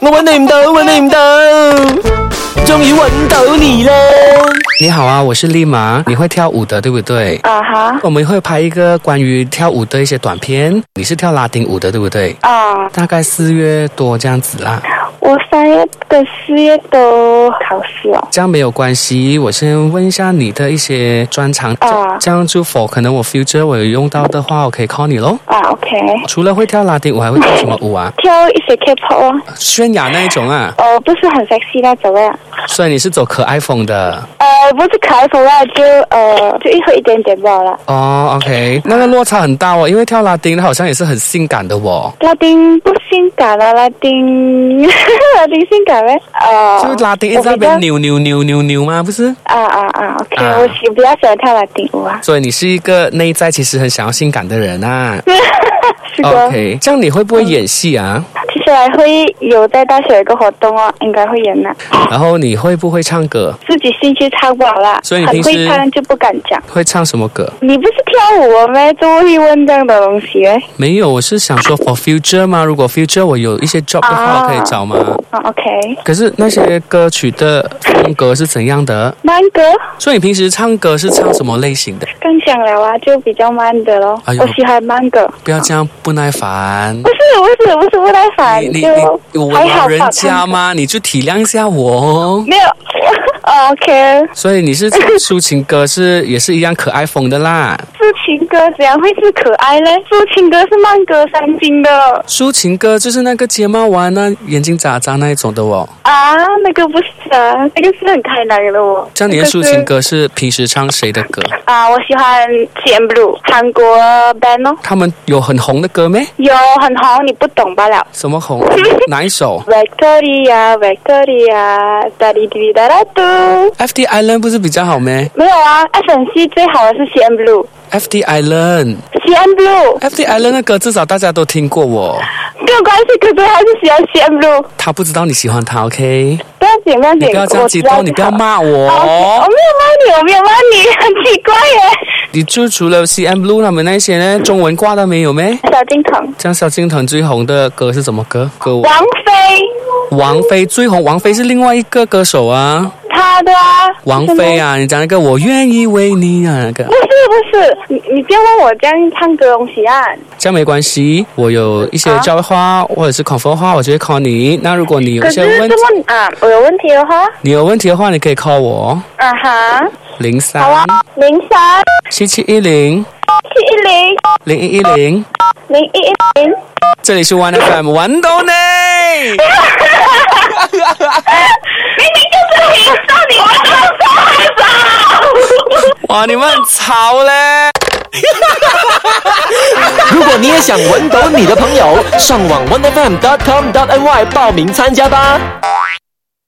我揾你唔到，揾你唔到，终于揾到你啦！你好啊，我是立马，你会跳舞的对不对？啊哈，我们会拍一个关于跳舞的一些短片。你是跳拉丁舞的对不对？啊，大概四月多这样子啦，我三月跟四月都考试哦。这样没有关系。我先问一下你的一些专长，这啊这样就否可能我 future 我有用到的话，我可以 call 你咯。啊，OK，除了会跳拉丁舞，还会跳什么舞啊？跳一些 K-pop 哦，泫雅那一种啊。呃，不是很 sexy 那种啊，所以你是走可爱风的呃，不是可爱风啊，就呃，就一会一点点罢了。哦。OK，那个落差很大哦，因为跳拉丁好像也是很性感的哦。拉丁不性感啊，拉丁， 拉丁性感咩？呃，就拉丁一直在那边扭扭扭扭扭吗？不是，啊啊啊，OK，啊我喜比较喜欢跳拉丁舞啊。 所以你是一个内在其实很想要性感的人啊。是的 OK，这样你会不会演戏啊？接下来会有在大学有一个活动哦，应该会演的。然后你会不会唱歌？自己兴趣唱不好啦，所以你很平时会唱就不敢讲。会唱什么歌？你不是跳舞的咩？就会问这样的东西咩？没有，我是想说 for future 嘛。如果 future 我有一些 job 的话，啊可以找吗？啊，OK，可是那些歌曲的风格是怎样的？慢歌所以你平时唱歌是唱什么类型的？刚讲了啊，就比较慢的咯。哎呦嗯我喜欢慢歌。不要这样不耐烦不。是，不是，不是不耐烦你，你你，哎就我还好老吧。人家嘛，你就体谅一下我哦。没有 哦，OK，所以你 是唱抒情歌是也是一样可爱风的啦。抒情歌怎样会是可爱呢？抒情歌是慢歌三金的抒情歌就是那个睫毛弯啊、眼睛眨眨那一种的哦。啊，那个不是啊，那个是很开朗的哦。像你的那个抒是情歌是平时唱谁的歌？啊，我喜欢 g m Blue 韩国 band 哦，他们有很红的歌没？有很红，你不懂罢了。什么红？哪一首 Victoria Victoria 哒哩滴哩哒哒嘟， ？F D Island 不是比较好咩没有啊，FNC 最好的是 CN Blue，CN ？F D Island，F Blue D Island 的歌至少大家都听过哦。没有关系，可是我还是喜欢 CN Blue。他不知道你喜欢他，OK？不要紧，不要你紧，不要这样我激知道动，你不要骂我。哦啊我没有骂你，我没有骂你，很奇怪耶。你就除了 C M Blue 他们那些呢，中文挂的没有咩？小金童，像萧敬腾最红的歌是什么歌？歌王王菲，王菲最红，王菲是另外一个歌手啊，她的啊。王菲啊，你讲那个我愿意为你啊那个不，是不是，你你不要问我这样唱歌东西啊。这样没关系，我有一些啊教会话或者是 confirm 话，我就会 call 你。那如果你有可一是些问，这么啊，我有问题的话，你有问题的话，你可以 call 我啊哈，零好啊三，零三七七一零七一零零一一零，零一一零，这里是 One FM，玩到你。明明就是你到你们都说哇，你们很吵嘞！如果你也想揾到你的朋友，上网 onefm.com.ny 报名参加吧。